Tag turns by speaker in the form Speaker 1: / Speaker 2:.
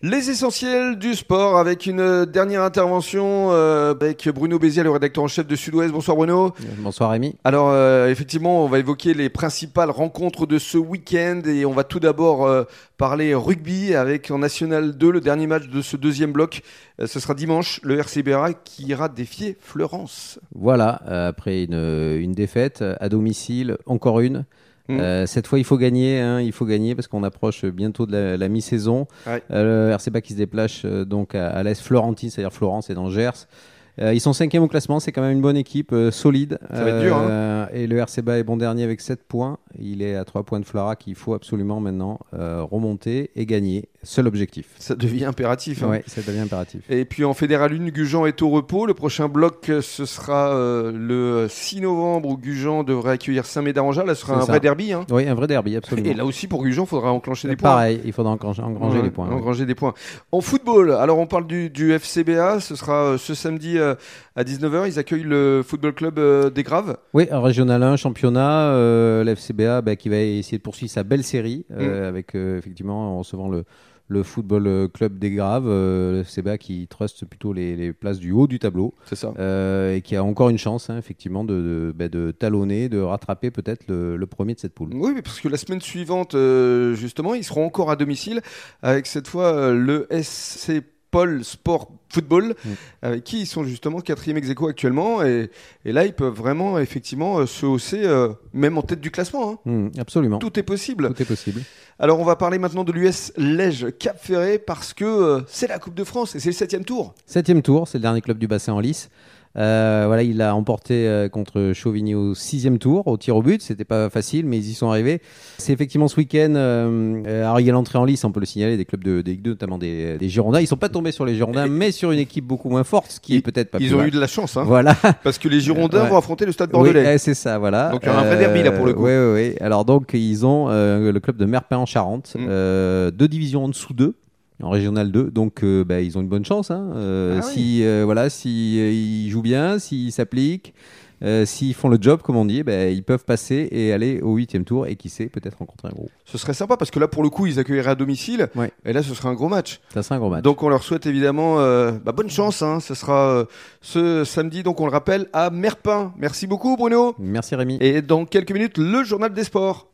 Speaker 1: Les essentiels du sport avec une dernière intervention euh, avec Bruno Béziat, le rédacteur en chef de Sud-Ouest. Bonsoir Bruno.
Speaker 2: Bonsoir Rémi.
Speaker 1: Alors euh, effectivement, on va évoquer les principales rencontres de ce week-end et on va tout d'abord euh, parler rugby avec en National 2 le dernier match de ce deuxième bloc. Euh, ce sera dimanche le RCBA qui ira défier Florence.
Speaker 2: Voilà, euh, après une, une défaite euh, à domicile, encore une.
Speaker 1: Mm.
Speaker 2: Euh, cette fois, il faut gagner, hein, il faut gagner parce qu'on approche bientôt de la, la mi-saison.
Speaker 1: Ouais.
Speaker 2: Euh, le RCBA qui se déplace euh, donc à, à l'Est Florentine, c'est-à-dire Florence et dans le Gers. Euh, ils sont cinquième au classement, c'est quand même une bonne équipe, euh, solide.
Speaker 1: Ça va être dur, hein.
Speaker 2: Euh, Et le RCBA est bon dernier avec 7 points. Il est à 3 points de Flara qu'il faut absolument maintenant euh, remonter et gagner. Seul objectif.
Speaker 1: Ça devient impératif. hein.
Speaker 2: Ouais, ça devient impératif.
Speaker 1: Et puis en Fédéral 1, Gujan est au repos. Le prochain bloc, euh, ce sera euh, le 6 novembre où Gujan devrait accueillir Saint-Médard-en-Jalles. Là, ce sera
Speaker 2: C'est
Speaker 1: un
Speaker 2: ça.
Speaker 1: vrai derby. hein.
Speaker 2: Oui, un vrai derby, absolument.
Speaker 1: Et là aussi, pour Gujan, il faudra enclencher des points.
Speaker 2: Pareil, il faudra engranger, engranger
Speaker 1: Ouais,
Speaker 2: les points. ouais.
Speaker 1: engranger des points. En football, alors on parle du, du FCBA, ce sera euh, ce samedi euh, à 19h, ils accueillent le Football Club euh, des Graves.
Speaker 2: Oui, en Régional 1, championnat, euh, la FCBA bah, qui va essayer de poursuivre sa belle série
Speaker 1: Mm.
Speaker 2: euh, avec euh, effectivement en recevant le, le football club des Graves, euh, le FCBA qui truste plutôt les, les places du haut du tableau
Speaker 1: C'est ça.
Speaker 2: euh, et qui a encore une chance hein, effectivement de, de, bah, de talonner, de rattraper peut-être le, le premier de cette poule.
Speaker 1: Oui, mais parce que la semaine suivante, euh, justement, ils seront encore à domicile avec cette fois euh, le SC Paul Sport Football,
Speaker 2: Mm.
Speaker 1: avec qui ils sont justement quatrième ex aequo actuellement. Et, et là, ils peuvent vraiment, effectivement, euh, se hausser, euh, même en tête du classement. hein.
Speaker 2: Hum, absolument.
Speaker 1: Tout est possible.
Speaker 2: Tout est possible.
Speaker 1: Alors on va parler maintenant de l'US Lège Cap Ferré parce que euh, c'est la Coupe de France et c'est le septième tour.
Speaker 2: Septième tour, c'est le dernier club du bassin en lice. Euh, voilà, il a emporté euh, contre Chauvigny au sixième tour, au tir au but. C'était pas facile, mais ils y sont arrivés. C'est effectivement ce week-end. euh, euh, alors il y a l'entrée en lice, on peut le signaler, des clubs de, des Ligue 2, notamment des, des Girondins. Ils sont pas tombés sur les Girondins, mais sur une équipe beaucoup moins forte, ce qui
Speaker 1: Ils-
Speaker 2: est peut-être pas
Speaker 1: Ils
Speaker 2: plus
Speaker 1: ont
Speaker 2: mal.
Speaker 1: eu de la chance hein,
Speaker 2: Voilà.
Speaker 1: parce que les Girondins
Speaker 2: Euh, bah. ouais.
Speaker 1: vont affronter le Stade
Speaker 2: Oui,
Speaker 1: Bordelais.
Speaker 2: eh, c'est ça, voilà. Euh,
Speaker 1: Donc, il y aura un vrai derby, là, pour le coup.
Speaker 2: Oui, oui, oui. Alors donc ils ont euh, le club de Merpin en Charente,
Speaker 1: Mm.
Speaker 2: euh, deux divisions en dessous d'eux. En régional 2, donc euh, bah, ils ont une bonne chance. Hein. Euh,
Speaker 1: Ah oui.
Speaker 2: Si euh, voilà, si euh, ils jouent bien, s'ils s'appliquent, euh, s'ils font le job, comme on dit, bah, ils peuvent passer et aller au huitième tour et qui sait peut-être rencontrer un gros.
Speaker 1: Ce serait sympa parce que là pour le coup ils accueilleraient à domicile
Speaker 2: Ouais.
Speaker 1: et là ce serait un gros match.
Speaker 2: Ça serait un gros match.
Speaker 1: Donc on leur souhaite évidemment euh, bah, bonne chance. hein. Ce sera euh, ce samedi donc on le rappelle à Merpin. Merci beaucoup Bruno.
Speaker 2: Merci Rémi.
Speaker 1: Et dans quelques minutes le journal des sports.